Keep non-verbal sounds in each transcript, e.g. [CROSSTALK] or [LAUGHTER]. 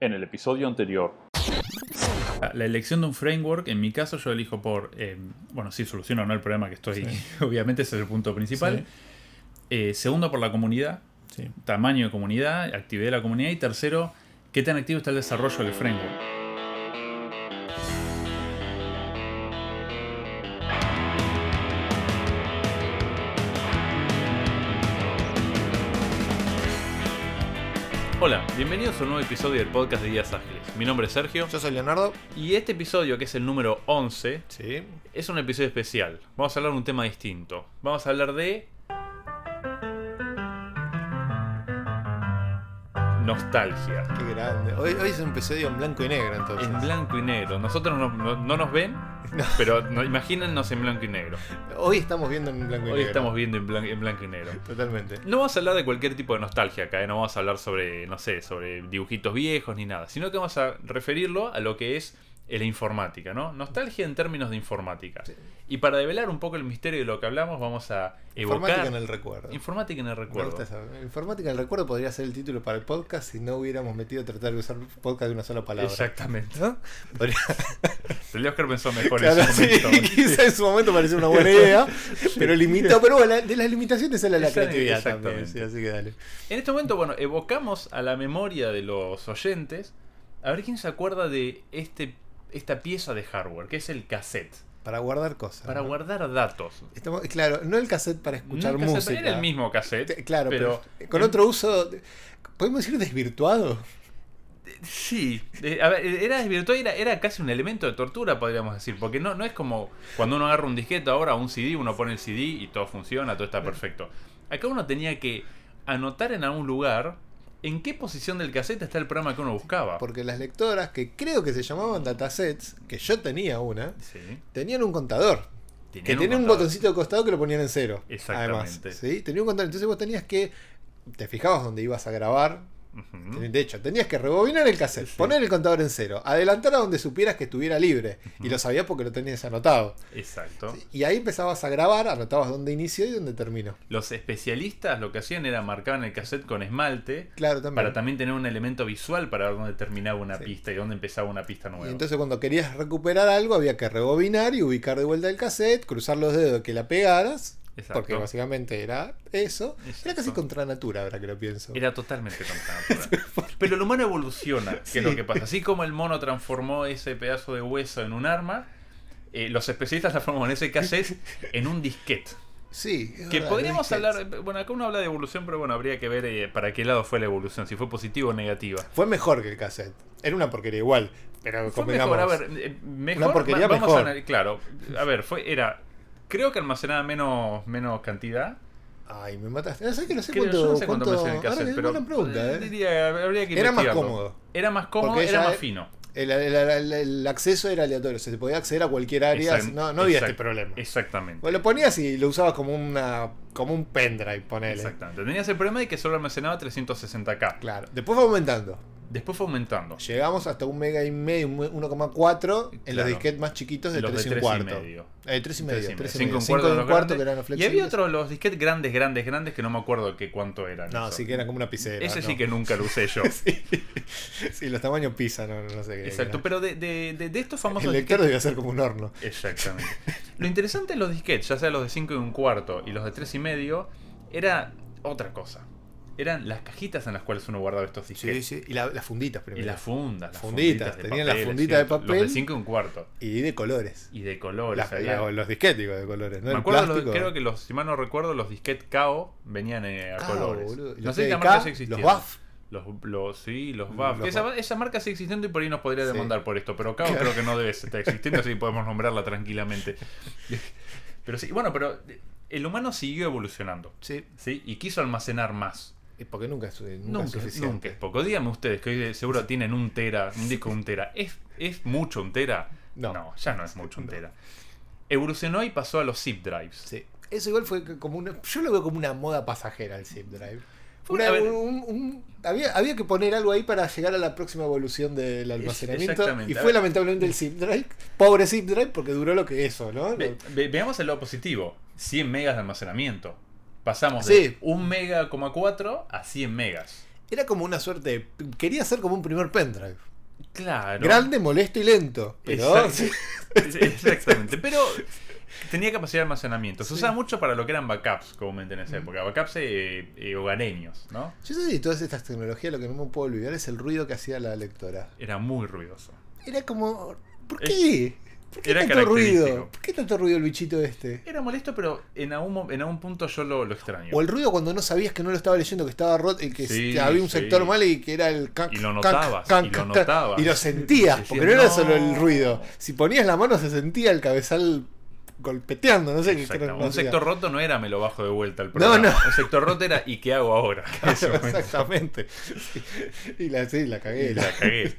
en el episodio anterior. La elección de un framework, en mi caso, yo elijo por. eh, bueno, si soluciona o no el problema que estoy. [LAUGHS] Obviamente, ese es el punto principal. Sí. Eh, segundo, por la comunidad. Sí. Tamaño de comunidad, actividad de la comunidad. Y tercero, qué tan activo está el desarrollo del framework. Hola, bienvenidos a un nuevo episodio del podcast de Días Ágiles. Mi nombre es Sergio Yo soy Leonardo. y este episodio, que es el número 11, Sí. es un episodio especial. Vamos a hablar de un tema distinto. Vamos a hablar de. Nostalgia. Qué grande. Hoy, hoy es un episodio en blanco y negro, entonces. En blanco y negro. Nosotros no, no- no nos [LAUGHS] ven, pero no, imagínennos en blanco y negro. Hoy estamos viendo en blanco y negro. Hoy estamos viendo en blan- en blanco y negro. Totalmente. No vamos a hablar de cualquier tipo de nostalgia acá, ¿eh? no vamos a hablar sobre, no sé, sobre dibujitos viejos ni nada, sino que vamos a referirlo a lo que es eh, la informática, ¿no? Nostalgia en términos de informática. Y para develar un poco el misterio de lo que hablamos, vamos a evocar... Informática en el recuerdo. Informática en el Me recuerdo. gusta esa- Informática en el recuerdo podría ser el título para el podcast si no hubiéramos metido a tratar de usar podcast de una sola palabra. Exactamente. ¿No? Podría- El Oscar pensó mejor en Claro, ese sí, momento. [LAUGHS] quizá en su momento pareció una [LAUGHS] buena idea, pero limitó. Pero bueno, la- de las limitaciones sale la Esa- creatividad exactamente. también. sí, así que dale. En este momento, bueno, evocamos a la memoria de los oyentes a ver quién se acuerda de este, esta pieza de hardware, que es el cassette, Para guardar cosas. para ¿no? guardar datos. Estamos, claro, no el cassette para escuchar Nunca se- música. Era el mismo cassette. Te- Claro, Eh, pero. pero, con otro uso, podemos decir desvirtuado. Sí. eh, A ver, era desvirtuado y era, era casi un elemento de tortura, podríamos decir. Porque no, no es como cuando uno agarra un disquete ahora, un CD, uno pone el CD y todo funciona, todo está perfecto. Acá uno tenía que anotar en algún lugar en qué posición del cassette está el programa que uno buscaba. Porque las lectoras, que creo que se llamaban datasets, que yo tenía una, Sí. tenían un contador. Tenían que tenía un contador. botoncito de costado que lo ponían en cero. Además, Exactamente. ¿sí? Tenía un contador. Entonces vos tenías que. Te fijabas dónde ibas a grabar. Ujú. De hecho, tenías que rebobinar el cassette, ¿Mm? Sí. poner el contador en cero, adelantar a donde supieras que estuviera libre. Y lo sabías porque lo tenías anotado. Exacto. Y ahí empezabas a grabar, anotabas dónde inició y dónde terminó. Los especialistas lo que hacían era marcaban el cassette con esmalte Claro, también. para también tener un elemento visual para ver dónde terminaba una Sí. pista y dónde empezaba una pista nueva. Y entonces cuando querías recuperar algo había que rebobinar y ubicar de vuelta el cassette, cruzar los dedos que la pegaras, Exacto. porque básicamente era eso. Era Exacto. casi contra natura ahora que lo pienso. Era totalmente [LAUGHS] contranatura. Pero el humano evoluciona, que es lo Sí. que pasa. Así como el mono transformó ese pedazo de hueso en un arma, eh, los especialistas transformaron ese cassette en un [LAUGHS] disquete. Sí. es Que verdad, podríamos disquetes. hablar, eh, bueno, acá uno habla de evolución, pero bueno, habría que ver eh, para qué lado fue la evolución, si fue positiva o negativa. Fue mejor que el cassette. Era una porquería igual, pero Fue convengamos. mejor, a ver, eh, mejor, Una porquería va- vamos mejor. a anal- claro, a ver, fue, era, creo que almacenaba menos, menos cantidad. Ay, me mataste. No sé que no sé Creo, cuánto, yo no sé cuánto pensé en el ahora cassette, que- pero buena pregunta, eh, ¿eh? diría, habría que Era más investigarlo. cómodo. Era más cómodo, Porque era ya- más fino. El, el- el- el acceso era aleatorio, se podía acceder a cualquier área, Exact- no, no había exact- este problema. Exactamente. O lo ponías y lo usabas como una como un pendrive, ponele. Exactamente. Tenías el problema de que solo almacenaba 360k. Claro. Después fue aumentando. Después fue aumentando. Llegamos hasta un mega y medio, un 1,4 en Claro. los disquetes más chiquitos de Los de 3 y un 3 y cuarto. medio. Eh, 3 y medio. 3 y Cinco medio. en 5 cuarto de en los cuarto que grandes. eran los Y flexibles. había otros, los disquetes grandes, grandes, grandes, que no me acuerdo que cuánto eran. No, esos. sí que eran como una pizera. Ese no. [LAUGHS] sí que nunca lo usé yo. Sí, los tamaños pizza, no, no sé qué. Exacto, era. pero de, de- de- de estos famosos El lector debía ser como un horno. Exactamente. Lo interesante de los disquetes, ya sea los de 5 y un cuarto y los de 3 y medio, era otra cosa. Eran las cajitas en las cuales uno guardaba estos disquetes. sí. Y la- las funditas Y primero. las fundas. Las Funditas, funditas, de papel, tenían las es funditas de cierto. Los papel. de 5 y un cuarto. Y de colores. Y de colores. Las- había- la- los disquetes digo, de colores, ¿no? me El acuerdo, los- plástico. creo que los, si mal no recuerdo, los disquetes KO venían eh, a Ah, colores. boludo. Y No los sé si la TDK, marca sí existía. Los buff. Mm, Los, los- sí, los buff. Los esa, buff. esa marca sigue existiendo y por ahí nos podría Sí. demandar por esto, pero Kao Claro. creo que no debe estar existiendo, así que podemos nombrarla [LAUGHS] tranquilamente. Pero sí, bueno, pero eh, el humano siguió evolucionando, Sí. ¿sí? Y quiso almacenar más. Y Eh, Porque nunca es, nunca es Nunca, suficiente. nunca es poco. Díganme ustedes que hoy de- seguro tienen un tera, un disco de un tera. ¿Es, es mucho un tera? No. No. ya no es mucho un No. tera. Evolucionó y pasó a los zip drives. Sí. Eso igual fue que como una. Yo lo veo como una moda pasajera el zip drive. Fue Una- una- un- un- un- había, había que poner algo ahí para llegar a la próxima evolución del almacenamiento. exactamente. Y fue lamentablemente el zip drive. Pobre zip drive porque duró lo que eso, ¿no? Ve- ve- veamos el lado positivo. 100 megas de almacenamiento. Pasamos Sí. de 1 mega, 4 a 100 megas. Era como una suerte. de- Quería ser como un primer pendrive. Claro. Grande, molesto y lento. Pero. Exact- Exactamente. Pero tenía capacidad de almacenamiento. Se usaba mucho para lo que eran backups, comúnmente en esa Mm. época. Backups eh, eh, hogareños, ¿no? Yo sé de todas estas tecnologías, lo que no me puedo olvidar es el ruido que hacía la lectora. Era muy ruidoso. Era como. ¿Por qué? ¿Por qué Era tanto ruido? característico. ¿Por qué tanto ruido el bichito este? Era molesto, pero en algún, mo- en algún punto yo lo, lo extraño. O el ruido cuando no sabías que no lo estaba leyendo, que estaba roto, y que Sí, que había un sí. sector mal y que era el canc, Y lo canc, notabas, canc, y lo canc, notabas. Y lo sentías, Decías, porque no era "No". solo el ruido. Si ponías la mano se sentía el cabezal golpeteando, no sé qué Exacto. era, no Un sé. [LAUGHS] sector roto no era me lo bajo de vuelta al programa. no. Un sector roto era ¿y qué hago [LAUGHS] ahora? Ese momento. Exactamente. Sí. Y la, sí, la cagué. Y la cagué.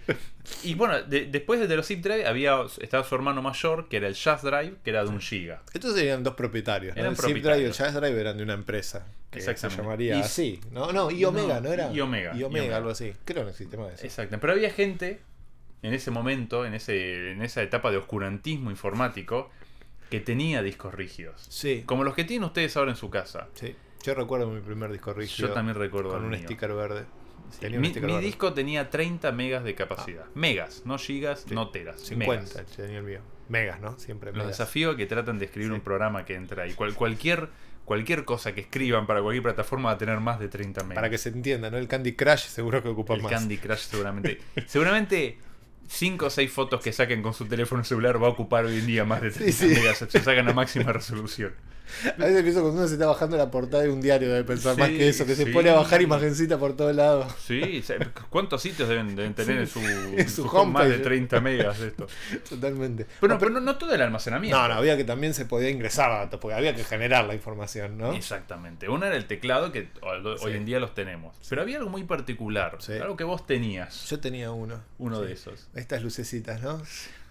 Y bueno, de- después de los Zip Drive había, estaba su hermano mayor, que era el Jazz Drive, que era de un giga. Estos eran dos propietarios, ¿no? Eran el Zip Drive y el propietarios. Jazz Drive eran de una empresa. Que se Exactamente. llamaría Y- así. No, no, y Omega, ¿no, No, era? y Omega, Y y Omega, Omega. algo así. Creo que no existe más eso. Exacto. Pero había gente en ese momento, en, ese, en esa etapa de oscurantismo informático, que tenía discos rígidos. Sí. Como los que tienen ustedes ahora en su casa. sí. Yo recuerdo mi primer disco rígido. Yo también recuerdo Con el un mío. sticker verde. Tenía un Mi, sticker mi verde. disco tenía 30 megas de capacidad. Megas, no gigas, Sí. no teras. 50 megas. tenía el mío. Megas, ¿no? Siempre Los megas. desafío que tratan de escribir Sí. un programa que entra y cual- cualquier, cualquier cosa que escriban para cualquier plataforma va a tener más de 30 megas. Para que se entienda, ¿no? El Candy Crush seguro que ocupa el más. Candy Crush [LAUGHS] seguramente. seguramente 5 o 6 fotos que saquen con su teléfono celular va a ocupar hoy en día más de Sí, 30 sí. megas. Se [LAUGHS] sacan a máxima resolución. A veces pienso cuando uno se está bajando la portada de un diario debe pensar más Sí, que eso, que se sí. pone a bajar imagencita por todos lados. [LAUGHS] Sí, o sea, ¿cuántos sitios deben, deben tener [LAUGHS] en su, en su su home más de homepage. 30 megas de esto? Totalmente. Pero, no, pero no, no todo el almacenamiento. No, no, había que también se podía ingresar datos, porque había que generar la información, ¿no? Exactamente. Uno era el teclado que hoy Sí. en día los tenemos. Pero había algo muy particular, Sí. algo que vos tenías, Yo tenía uno. uno Sí. de esos. Estas lucecitas, ¿no?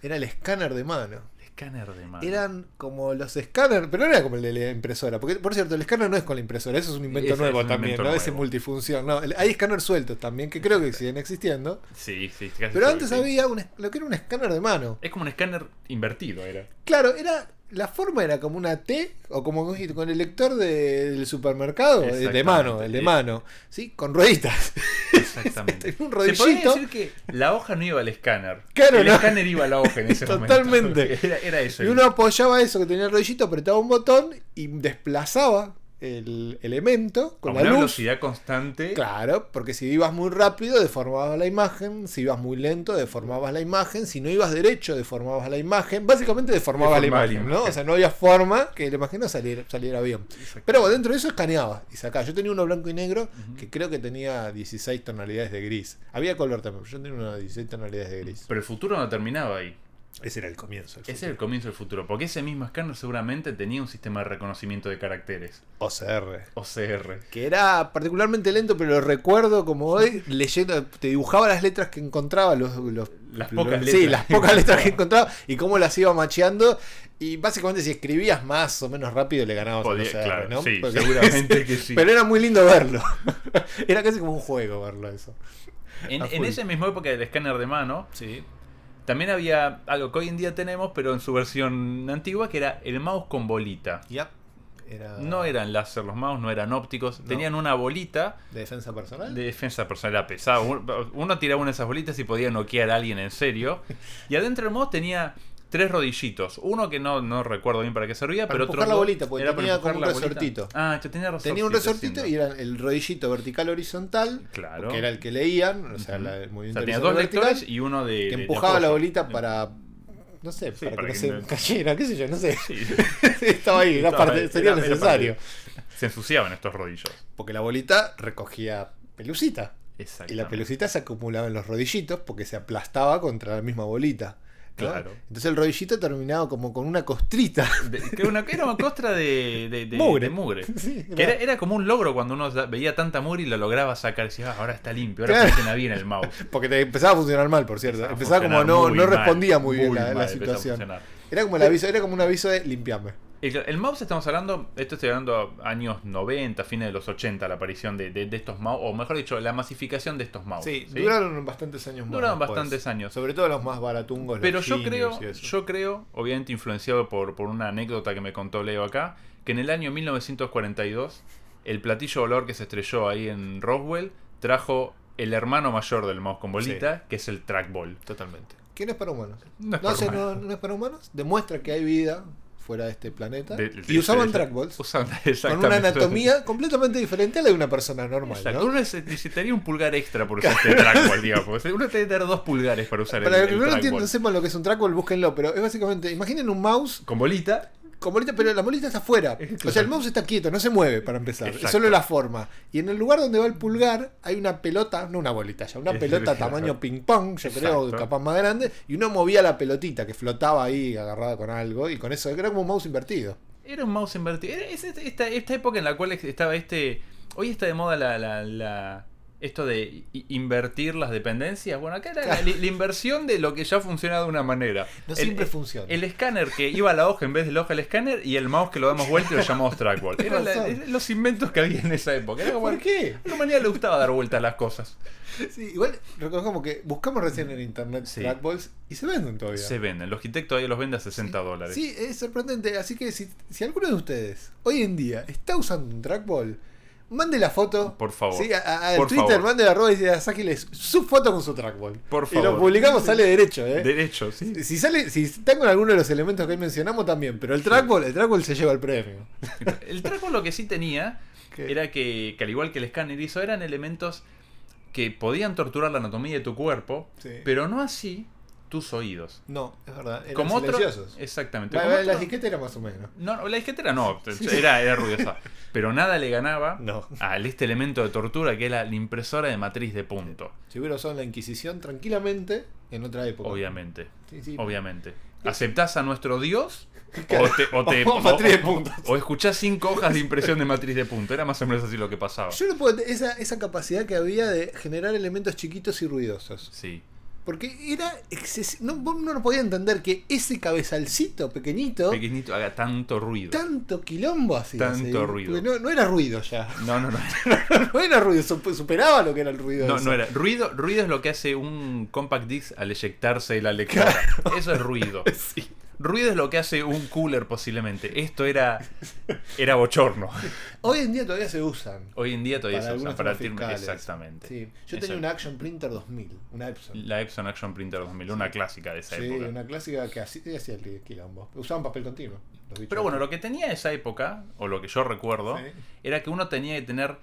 Era el escáner de mano. El escáner de mano. Eran como los escáneres, pero no era como el de la impresora. Porque, por cierto, el escáner no es con la impresora, eso es un invento Ese nuevo es un también, invento ¿no? nuevo. Ese multifunción. No, el- hay escáneres sueltos también, que creo que siguen existiendo. Sí, sí, casi Pero todo, antes sí. había un es- lo que era un escáner de mano. Es como un escáner invertido, [LAUGHS] era. Claro, era. La forma era como una T o como con con el lector de- del supermercado, el de mano, el de Exactamente. mano, ¿sí? Con rueditas. [LAUGHS] Exactamente. Tenía un Se podría rodillito. decir que la hoja no iba al escáner. Claro, el no. escáner iba a la hoja en ese momento. Totalmente. [LAUGHS] Era, era eso. Y uno apoyaba eso que tenía el rodillito, apretaba un botón y desplazaba el elemento a con una la luz. velocidad constante. Claro, porque si ibas muy rápido deformabas la imagen, si ibas muy lento deformabas la imagen, si no ibas derecho deformabas la imagen, básicamente deformabas la Deformaba la imagen, ¿no? imagen. O sea, no había forma que la imagen no saliera, saliera bien. Exacto. Pero bueno, dentro de eso escaneabas y sacabas. Yo tenía uno blanco y negro que creo que tenía 16 tonalidades de gris. Había color también, pero yo tenía uno de 16 tonalidades de gris. Pero el futuro no terminaba ahí. Ese era el comienzo. el Ese era el comienzo del futuro. Porque ese mismo escáner seguramente tenía un sistema de reconocimiento de caracteres. OCR. OCR. que era particularmente lento, pero lo recuerdo como hoy, leyendo, te dibujaba las letras que encontraba, los, los- Las los- pocas Sí, letras. las pocas letras [LAUGHS] que encontraba y cómo las iba macheando. Y básicamente si escribías más o menos rápido le ganabas Podía- al OCR, claro, ¿no? sí, Porque- seguramente que sí. [LAUGHS] Pero era muy lindo verlo. [LAUGHS] era casi como un juego verlo eso. En, A en full. esa misma época del escáner de mano, Sí. también había algo que hoy en día tenemos, pero en su versión antigua, que era el mouse con bolita. Yep. Era No eh, eran láser los mouse, no eran ópticos, Ah. No. tenían una bolita de defensa personal. de defensa personal, era pesado. Uno- Uno tiraba una de esas bolitas y podía noquear a alguien en serio. [LAUGHS] Y adentro del mouse tenía tres rodillitos. Uno que no, no recuerdo bien para qué servía, Para pero empujar otro. la dos bolita, porque era para tenía empujar como un la bolita. resortito. Ah, yo tenía resortito. Tenía un resortito sí, y ¿no? era el rodillito vertical horizontal, Claro. que era el que leían, o sea, Ujú. la- el O movimiento sea, tenía horizontal dos vertical. lectores y uno de. que de- de empujaba la apoyo. bolita para no sé, Sí, para, para que, que no se no- cayera, qué sé yo, no sé. [LAUGHS] [LAUGHS] Sí. Estaba ahí, era Estaba parte- ahí, sería era- era necesario. Se ensuciaban estos rodillos. Porque la bolita recogía pelucita. Exacto. Y la pelucita se acumulaba en los rodillitos porque se aplastaba contra la misma bolita. ¿no? Claro. Entonces el rodillito terminaba como con una costrita. [LAUGHS] De- que una, que era una costra de, de- de- Mugre. de [LAUGHS] mugre. Sí, Que era, era- era como un logro cuando uno da- veía tanta mugre y lo lograba sacar. Decía, "Ah, ahora está limpio, ahora Claro. funciona bien el [LAUGHS] mouse. Porque te empezaba a funcionar mal, por cierto. Empezaba a Empezaba como funcionar no, muy no mal, respondía muy bien muy la, la mal Ah, empezaba a situación. funcionar. Era como el aviso, era como un aviso de limpiame. El, el mouse estamos hablando, esto estoy hablando a años 90, fines de los 80, la aparición de, de- de estos mouse, o mejor dicho, la masificación de estos mouse. Sí, ¿sí? duraron bastantes años más. Duraron después. bastantes años. Sobre todo los más baratungos. los Pero yo Genius creo, y eso. yo creo, obviamente influenciado por, por una anécdota que me contó Leo acá, que en el año 1942 el platillo volador que se estrelló ahí en Roswell trajo el hermano mayor del mouse con bolita, que es el trackball. Totalmente. ¿Quién es para humanos? No es No, para sé, humanos. no, no es para humanos. Demuestra que hay vida fuera de este planeta. De- de- y usaban de- trackballs. Usaban Con una exactamente. [LAUGHS] anatomía completamente diferente a la de una persona normal. Exacto. ¿no? Uno neces- necesitaría un pulgar extra [LAUGHS] por usar este trackball, digamos. Uno tiene que tener dos pulgares para usar Para el, los que el no lo trackball. entiendan, sepan lo que es un trackball, búsquenlo. Pero es básicamente, imaginen un mouse Con bolita. con bolita, pero la bolita está afuera. O sea, el mouse está quieto, no se mueve para empezar. Es Exacto. solo la forma. Y en el lugar donde va el pulgar hay una pelota, no una bolita ya, una Es [LAUGHS] pelota verdad. tamaño ping-pong, yo creo, Exacto. capaz más grande. Y uno movía la pelotita que flotaba ahí agarrada con algo. Y con eso era como un mouse invertido. Era un mouse invertido. Era es- es- esta, esta época en la cual estaba este. Hoy está de moda la, la- la- esto de i- invertir las dependencias. Bueno, acá era la, la- la inversión de lo que ya funciona de una manera. No El- siempre el, funciona. El escáner que iba a la hoja en vez de la hoja al escáner y el mouse que lo damos vuelta y lo llamamos trackball. Eran la- Razón. eran los inventos que había en esa época. Era como- ¿Por qué? A la humanidad le gustaba dar vuelta a las cosas. Sí, igual reconozcamos que buscamos recién en internet Sí. trackballs y se venden todavía. Se venden. El arquitecto todavía los vende a 60 dólares. Sí, es sorprendente. Así que si, si alguno de ustedes hoy en día está usando un trackball, mande la foto. Por favor. Sí, a, a- al Por Twitter, favor. mande la roba y dice, sáqueles su foto con su trackball. Por Y lo favor. publicamos, sale derecho, ¿eh? Derecho, sí. Si sale, si está con alguno de los elementos que hoy mencionamos también, pero el trackball, el trackball se lleva el premio. El trackball lo que sí tenía ¿Qué? era que, que al igual que el escáner hizo, eran elementos que podían torturar la anatomía de tu cuerpo, Sí. pero no así tus oídos. No, es verdad. Eran como otro, silenciosos. exactamente. La, como la- la otro- disqueta era más o menos. no, no, la disquetera no, era, era [LAUGHS] ruidosa. Pero nada le ganaba No. al este elemento de tortura que era la impresora de matriz de punto. Si hubiera usado en la Inquisición tranquilamente en otra época. Obviamente. Sí, sí. [LAUGHS] Obviamente. ¿Aceptás a nuestro dios? Claro. O, te, o, te- O matriz de punto. o escuchás cinco hojas de impresión de matriz de punto. Era más o menos así lo que pasaba. Yo no puedo, esa, esa capacidad que había de generar elementos chiquitos y ruidosos. Sí. Porque era exces- no, vos no podía entender que ese cabezalcito pequeñito, Pequeñito haga tanto ruido. tanto quilombo así. Tanto ruido. No, no era ruido ya. [LAUGHS] No, no, no. No era ruido, sup- superaba lo que era el ruido. No, ese. no era. Ruido, ruido es lo que hace un compact disc al eyectarse la lectora. Eso es ruido. Sí. Ruido es lo que hace un cooler posiblemente. Esto era era bochorno. Hoy en día todavía se usan. Hoy en día todavía Para se usa algunos para temas tir- fiscales. Exactamente. Sí. Yo Esa- tenía una Action Printer 2000, una Epson. La Epson Action Printer 2000, una clásica de esa Sí, época. una clásica que así que hacía el quilombo. Usaban papel continuo. los bichos. Pero bueno, lo que tenía esa época, o lo que yo recuerdo, Sí. era que uno tenía que tener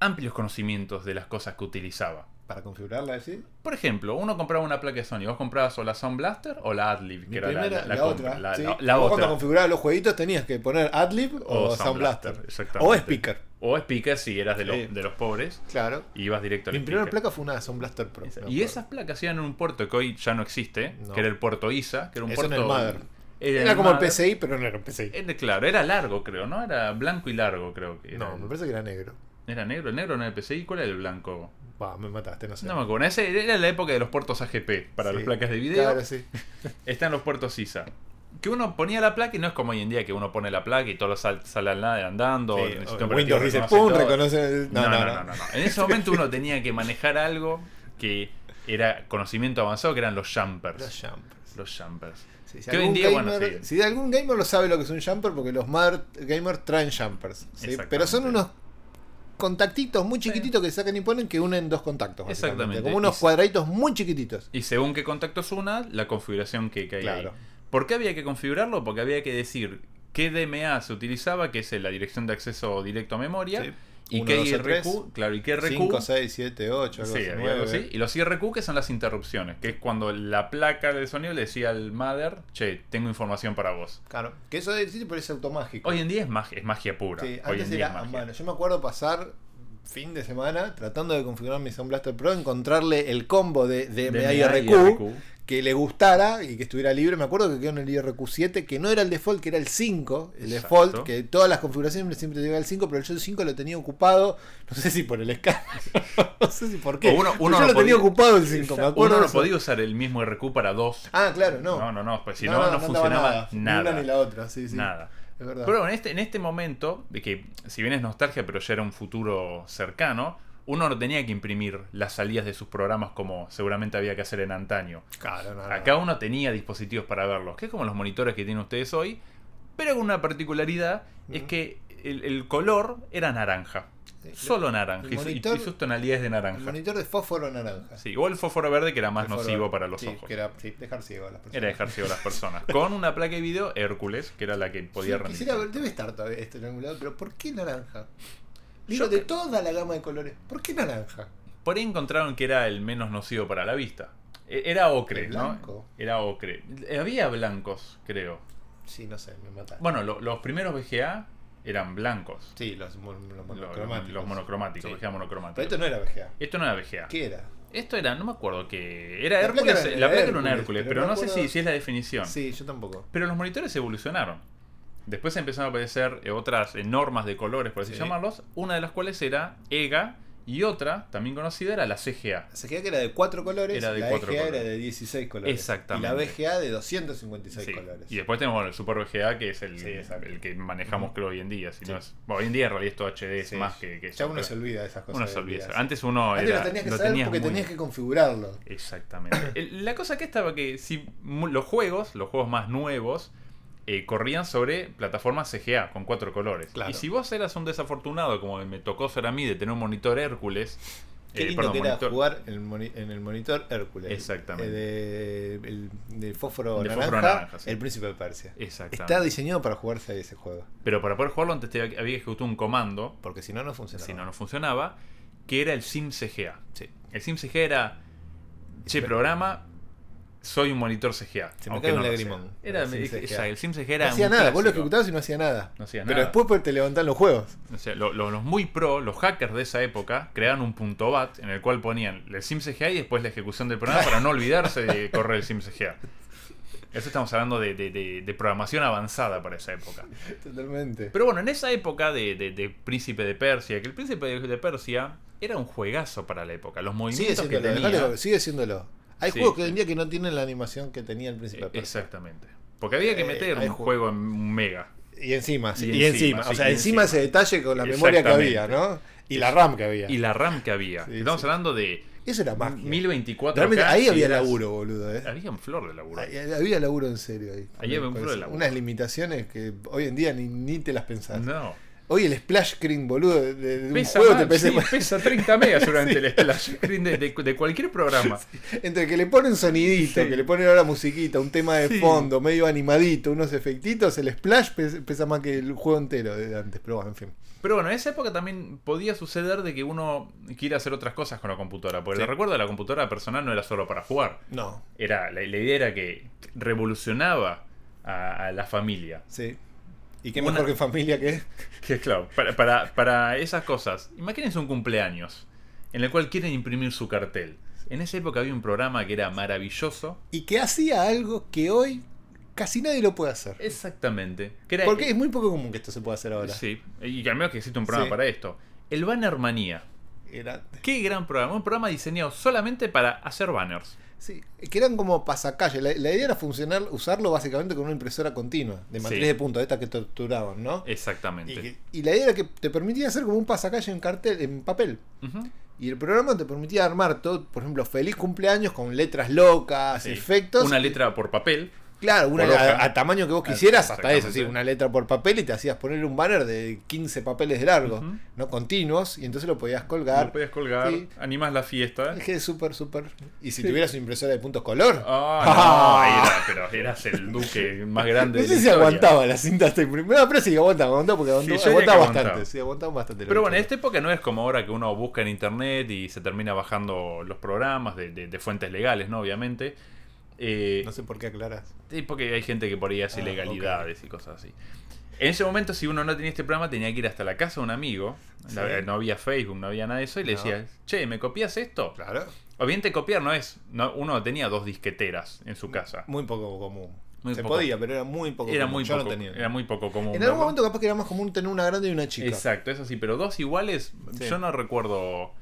amplios conocimientos de las cosas que utilizaba. Para configurarla, ¿sí? Por ejemplo, uno compraba una placa de Sony. ¿Vos comprabas o la Sound Blaster o la Adlib? Mi Que era la- primera, la, la la compra, otra. la- sí. la- la Vos otra. cuando configurabas los jueguitos tenías que poner Adlib o, Sound Sound Blaster. exactamente. o Speaker. O Speaker si eras de, los- Sí. de los pobres Claro. y ibas directo al Mi primera speaker. placa fue una Sound Blaster Pro. Esa- me y acuerdo. esas placas iban en un puerto que hoy ya no existe, No. que era el puerto ISA, que era un Eso en puerto... el Mother. era Era como el Mother. PCI, pero no era un PCI. Era- claro, era largo creo, ¿no? Era blanco y largo creo que era. No, me parece que era negro. ¿Era negro? ¿El negro no era el PCI? ¿Cuál era el blanco? Va, me mataste, no sé. No me acuerdo. Ese era la época de los puertos AGP para Sí. las placas de video. Claro, sí. Están los puertos ISA. Que uno ponía la placa y no es como hoy en día que uno pone la placa y todos sal, salen nada andando. Sí, el sistema o- operativo Windows dice, reconoce pum, todo. reconoce. el- No no no, no, no. En ese momento uno tenía que manejar algo que era conocimiento avanzado, que eran los Los jumpers. jumpers. Los jumpers. Sí, si, Que hoy en algún día, bueno, gamer, sí. si algún gamer lo sabe lo que es un jumper, porque los mar- gamers traen jumpers. ¿sí? Exactamente. Pero son unos contactitos muy chiquititos que sacan y ponen que unen dos contactos. básicamente, Exactamente. Como unos Y- cuadraditos muy chiquititos. Y según qué contactos una, la configuración que, que hay ahí. Claro. ¿Por qué había que configurarlo? Porque había que decir qué DMA se utilizaba, que es la dirección de acceso directo a memoria, Sí. y Uno, qué dos o tres. IRQ, claro, y qué RQ. 5, 6, 7, 8, algo Sí, así, había algo nueve. así. Y los IRQ que son las interrupciones, que es cuando la placa de sonido le decía al mother, che, tengo información para vos. Claro, que eso existe, pero es automágico. Hoy en día es, magia, es magia pura. Sí, Hoy antes en día es era a magia. mano. Yo me acuerdo pasar fin de semana tratando de configurar mi Sound Blaster Pro, encontrarle el combo de, de DMA y RQ que le gustara y que estuviera libre. Me acuerdo que quedó en el IRQ7, que no era el default, que era el 5. El Exacto. default, que todas las configuraciones siempre te llega el 5, pero yo el 5 lo tenía ocupado, no sé si por el escáner, [LAUGHS] no sé si por qué. O uno- pero uno yo no lo tenía podía- ocupado el 5, me acuerdo. Uno no de eso. podía usar el mismo RQ para dos. Ah, claro, no. No, no, no, pues si No, no, no, no, no andaba funcionaba Ni nada. una ni la otra, sí, sí. Nada. Es verdad. Pero bueno, en este, en este momento, de que si bien es nostalgia, pero ya era un futuro cercano, uno no tenía que imprimir las salidas de sus programas como seguramente había que hacer en antaño. Claro, no, no. Acá uno tenía dispositivos para verlos, que es como los monitores que tienen ustedes hoy, pero con una particularidad es Ujú. que el, el color era naranja. Mm. Sí, Solo naranja. el y su- y- monitor- y sus tonalidades de El naranja. monitor de fósforo naranja. Sí, o el fósforo verde que era más El fósforo- nocivo para los sí, ojos. Que era sí, dejar ciego a las personas. Era dejar ciego a las [LAUGHS] personas. Con una placa de video Hércules, que era la que podía Sí, rendir. quisiera ver, debe estar todavía este en algún lado, pero ¿por qué naranja? Digo, Yo de cre- toda la gama de colores, ¿por qué naranja? Por ahí encontraron que era el menos nocivo para la vista. E- Era ocre, ¿El ¿no? blanco? Era ocre. Eh, Había blancos, creo. Sí, no sé, me mata. Bueno, lo- los primeros VGA eran blancos. sí, los, mon- los Los- monocromáticos. Los monocromáticos, Sí. VGA monocromáticos. Pero esto no era VGA. Esto no era VGA. ¿Qué era? Esto era, no me acuerdo que. Era La placa Hércules. era- la era placa era un Hércules, Hércules, pero pero no no, sé acuerdo- si, si es la definición. Sí, yo tampoco. Pero los monitores evolucionaron. Después empezaron a aparecer eh, otras eh, normas de colores, por así Sí. llamarlos, una de las cuales era EGA y otra, también conocida, era la CGA. Se queda que era de cuatro colores, Era de la cuatro EGA colores. era de 16 colores. Exactamente. Y la VGA de 256 Sí. colores. Y después tenemos bueno, el Super VGA, que es el, Sí, exacto. el que manejamos Ujú. creo hoy en día. Si Sí. no es- bueno, hoy en día en realidad es todo HD, es Sí. más que, que ya eso, uno pero- se olvida de esas cosas. uno se del olvida. día, sí. Antes uno Antes era, lo tenías que lo saber tenías porque muy- tenías que configurarlo. Exactamente. [COUGHS] El- La cosa que estaba que si mu- los juegos, los juegos más nuevos, eh, corrían sobre plataformas CGA con cuatro colores. Claro. Y si vos eras un desafortunado, como me tocó ser a mí, de tener un monitor Hércules. Qué eh, lindo perdón, que era monitor- jugar en el, moni- en el monitor Hércules. Exactamente. Eh, de, el, de fósforo De naranja, fósforo naranja, sí. El Príncipe de Persia. Exactamente. Está diseñado para jugarse a ese juego. Pero para poder jugarlo antes te- había que ejecutar un comando, Porque si no, no funciona. si no, no funcionaba, que era el Sim CGA. Sí. El Sim CGA era, che, me- programa, soy un monitor CGA. Se me aunque cae un lo lagrimón sea. Era, el Sim CGA. exacto, el Sim CGA No era hacía un nada, vos lo clásico. ejecutabas y no hacía nada. No hacía Pero nada. después pues, te levantan los juegos. [LAUGHS] O sea, lo- lo- los muy pro, los hackers de esa época, crearon un punto .bat en el cual ponían el SimCGA y después la ejecución del programa para no olvidarse de correr el SimCGA. Eso estamos hablando de, de- de- de programación avanzada para esa época. Totalmente. Pero bueno, en esa época de, de- de Príncipe de Persia, que el Príncipe de, de Persia era un juegazo para la época. Los sigue movimientos que siéndolo. tenía... dejalo, sigue siéndolo. Hay Sí. juegos que hoy en día que no tienen la animación que tenía el Príncipe de Persia. eh, Exactamente. Porque había que Eh, meter hay un ju- juego en un mega. Y encima, sí, Y y, encima, encima, sí, O sea, y encima encima. ese detalle con la memoria que había, Exactamente. ¿no? Y la RAM que había. Y la RAM que había. Sí, estamos sí. hablando de Eso era magia. 1024K. Realmente ahí si había eras- laburo, boludo, ¿eh? Había un flor de laburo. Ahí- Había laburo en serio ahí. Ahí había Con un eso. flor de laburo. Unas limitaciones que hoy en día ni, ni te las pensás. No. Hoy el splash screen, boludo, de, de un Pesa, juego más, te pesa sí, más. pesa 30 megas [LAUGHS] seguramente el splash screen de, de- de cualquier programa. Entre que le ponen sonidito, Sí. que le ponen ahora musiquita, un tema de Sí. fondo, medio animadito, unos efectitos, el splash pe- pesa más que el juego entero de antes, pero bueno, en fin. Pero bueno, en esa época también podía suceder de que uno quiera hacer otras cosas con la computadora. Porque Sí. el recuerdo de la computadora personal no era solo para jugar. No, Era, la, la idea era que revolucionaba a, a la familia. [LAUGHS] sí. ¿Y qué Una- mejor que familia que es? Que claro, para, para, para esas cosas. Imagínense un cumpleaños en el cual quieren imprimir su cartel. En esa época había un programa que era maravilloso. Y que hacía algo que hoy casi nadie lo puede hacer. Exactamente. Que era- Porque es muy poco común que esto se pueda hacer ahora. Eh, Sí, y que al menos que existe un programa Sí. para esto. El Banner Manía. Era- Qué gran programa. Un programa diseñado solamente para hacer banners. sí, que eran como pasacalles. La, la idea era funcionar, usarlo básicamente con una impresora continua, de matriz Sí. de puntos, estas que torturaban, ¿no? Y, Exactamente. que- y la idea era que te permitía hacer como un pasacalle en cartel, en papel. Ujú. Y el programa te permitía armar todo, por ejemplo, feliz cumpleaños con letras locas, Sí. efectos. Una letra por papel. Claro, una por hoja. a, a tamaño que vos quisieras, Ah, hasta eso, sí, exactamente. una letra por papel y te hacías poner un banner de 15 papeles de largo, Ujú. no continuos, y entonces lo podías colgar. Lo podías colgar. Sí. Animás la [LAUGHS] fiesta. Es que es súper, súper. Y si tuvieras una impresora de puntos color. [LAUGHS] Ah, no, era- pero eras el duque más grande. No de sé la si historia. aguantaba la cinta hasta el primer- No, pero sí, aguantaba, aguantaba porque aguantaba, yo diría que aguantaba aguantaba. bastante. Sí, aguantaba bastante. la Pero bueno, en impresora. esta época no es como ahora que uno busca en internet y se termina bajando los programas de, de- de fuentes legales, ¿no? Obviamente. Eh, No sé por qué aclaras. Sí, porque hay gente que por ahí hace Ah, ilegalidades y cosas así. En ese momento, si uno no tenía este programa, tenía que ir hasta la casa de un amigo. Sí. La- No había Facebook, no había nada de eso. Y le No. decía, che, ¿me copias esto? Claro. O bien te copiar no es. No, uno tenía dos disqueteras en su casa. Muy poco común. Muy se poco. podía, pero era muy poco Era común. muy, Yo poco, no tenía. era muy poco común. en ¿verdad? algún momento capaz que era más común tener una grande y una chica. Exacto, eso sí. Pero dos iguales, Sí. yo no recuerdo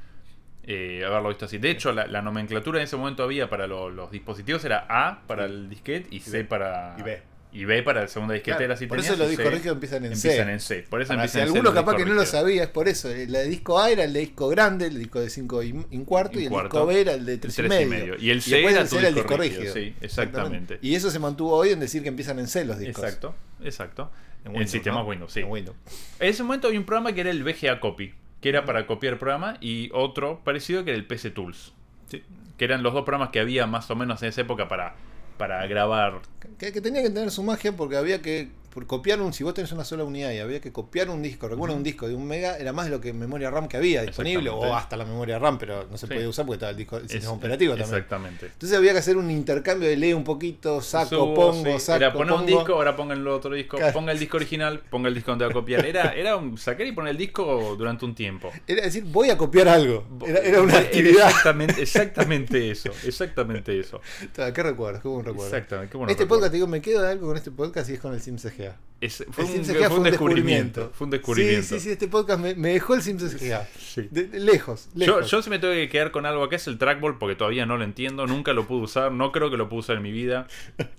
eh, haberlo visto así. De hecho, la, la nomenclatura en ese momento había para lo- los dispositivos era A para el disquete y, C para. Y B. Y B para la segunda Claro, disquetera. si por eso tenías, los y discos C- rígidos empiezan en Empiezan C. en C. Por eso Para empiezan si en C alguno los capaz que discos no lo rígidos. sabía, es por eso. El el disco A era el disco grande, el disco de 5 y, un cuarto, Un y el cuarto. disco B era el de El 3 y, tres y medio. Y el C después era el tu C era el disco disco rígido. rígido. Sí, exactamente. Y eso se mantuvo hoy en decir que empiezan en C los discos. Exacto, exacto. En Windows, sistemas ¿no? Windows, sí. En Windows. En ese momento había un programa que era el VGA Copy, que era para copiar programa, y otro parecido que era el PC Tools. Sí. Que eran los dos programas que había más o menos en esa época para, para grabar. Que, que tenía que tener su magia porque había que por copiar un, si vos tenés una sola unidad y había que copiar un disco, recuerdo uh -huh. un disco de un mega, era más de lo que memoria RAM que había disponible, o hasta la memoria RAM, pero no se sí. podía usar porque estaba el, disco, el es, eh, sistema operativo también. Exactamente. Entonces había que hacer un intercambio de ley un poquito, saco, Subo, pongo, sí. saco. Era poner pongo. un disco, ahora pongan otro disco, claro. ponga el disco original, ponga el disco donde va a copiar. Era, era un sacar y poner el disco durante un tiempo. Era decir, voy a copiar algo. Era, era eh, una actividad. Exactamente, exactamente eso, exactamente eso. Qué recuerdos, qué buen recuerdo. Exactamente, qué bueno. Este recuerdo. podcast, digo, me quedo de algo con este podcast y es con el el Sims EGA. Es, fue, el Sims un, fue, un, descubrimiento, Fue un descubrimiento. Sí, sí, sí, este podcast me, me dejó el Sims EGA. Sí. De, de, lejos, lejos. Yo, yo se me tengo que quedar con algo acá, es el trackball, porque todavía no lo entiendo, nunca lo pude usar, no creo que lo pude usar en mi [LAUGHS] vida.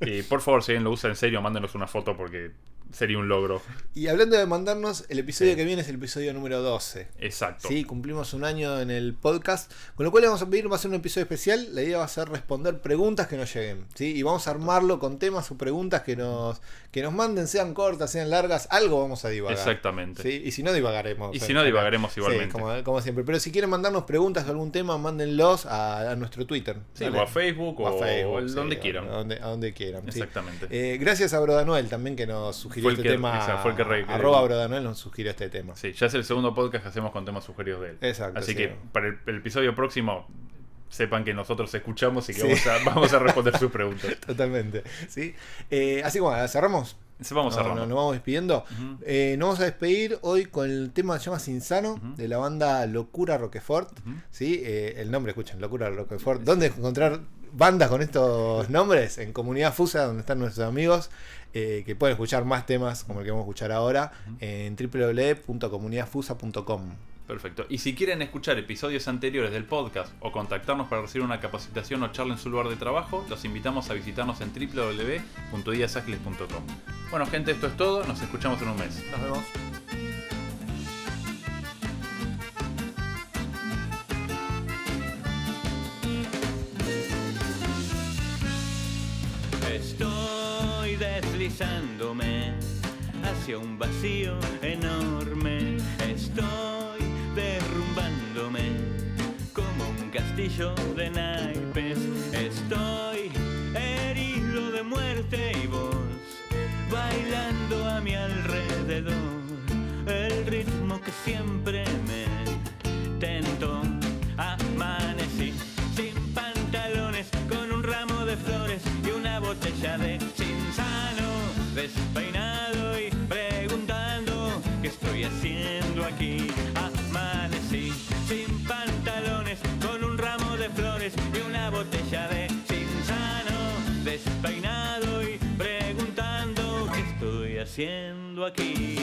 Eh, por favor, si alguien lo usa en serio, mándenos una foto porque sería un logro. Y hablando de mandarnos, el episodio sí. que viene es el episodio número 12. Exacto. Sí, cumplimos un año en el podcast, con lo cual le vamos a pedir, va a ser un episodio especial, la idea va a ser responder preguntas que nos lleguen, ¿sí? Y vamos a armarlo con temas o preguntas que nos, que nos manden, sean cortas, sean largas, algo vamos a divagar. Exactamente. ¿sí? Y si no, divagaremos. Y si no, divagaremos igualmente. Sí, como, como, siempre. Pero si quieren mandarnos preguntas o algún tema, mándenlos a, a nuestro Twitter. Sí, ¿vale? o a Facebook o, a Facebook, donde quieran. A donde, a donde quieran. Exactamente. Eh, gracias a Brodanuel también que nos sugirió fue este que, tema. Exacto, fue el que re, arroba Brodanuel nos sugirió este tema. Sí, ya es el segundo podcast que hacemos con temas sugeridos de él. Exacto. Así sí. que para el, el, episodio próximo. Sepan que nosotros escuchamos y que sí. vamos, a, vamos, a, [LAUGHS] responder sus preguntas. Totalmente. ¿sí? Eh, así como, ¿cerramos? Vamos no, no, nos vamos despidiendo. Uh -huh. eh, nos vamos a despedir hoy con el tema que se llama Sinsano, uh -huh. de la banda Locura Roquefort. Uh -huh. ¿sí? Eh, el nombre, escuchen, Locura Roquefort. ¿Dónde encontrar bandas con estos nombres? En Comunidad Fusa, donde están nuestros amigos, eh, que pueden escuchar más temas como el que vamos a escuchar ahora, en www.comunidadfusa.com. Perfecto. Y si quieren escuchar episodios anteriores del podcast o contactarnos para recibir una capacitación o charla en su lugar de trabajo, los invitamos a visitarnos en www.diasagiles.com. Bueno, gente, esto es todo. Nos escuchamos en un mes. Nos vemos. Estoy deslizándome hacia un vacío enorme. Estoy derrumbándome como un castillo de naipes. Estoy herido de muerte y vos bailando a mi alrededor. El ritmo que siempre me tentó. Amanecí sin pantalones, con un ramo de flores y una botella de sinsano, despeinado y preguntando qué estoy haciendo aquí. Amanecí sin pantalones, con un ramo de flores y una botella de sinsano, despeinado y preguntando qué estoy haciendo aquí.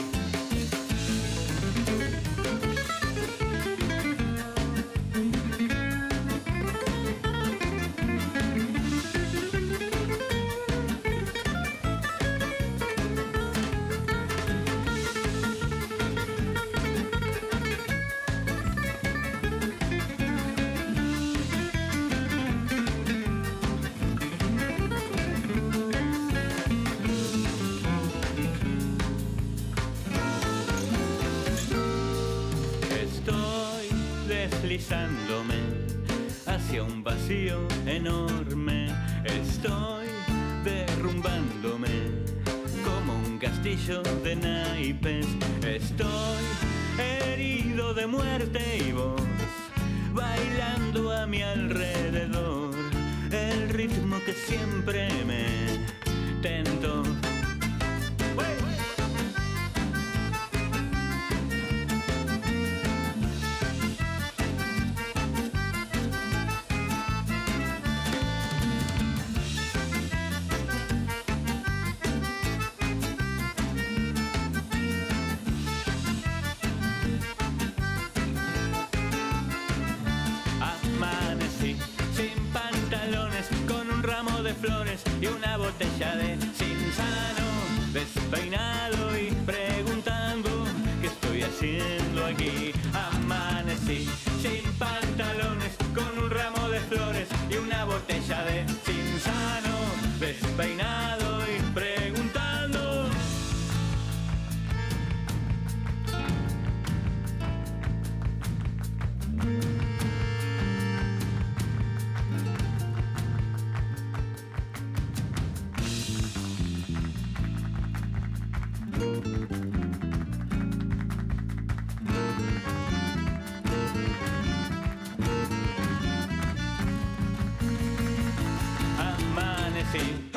hacia un vacío enorme. Estoy derrumbándome como un castillo de naipes. Estoy herido de muerte y vos bailando a mi alrededor. El ritmo que siempre me tentó. peinado y preguntando sí.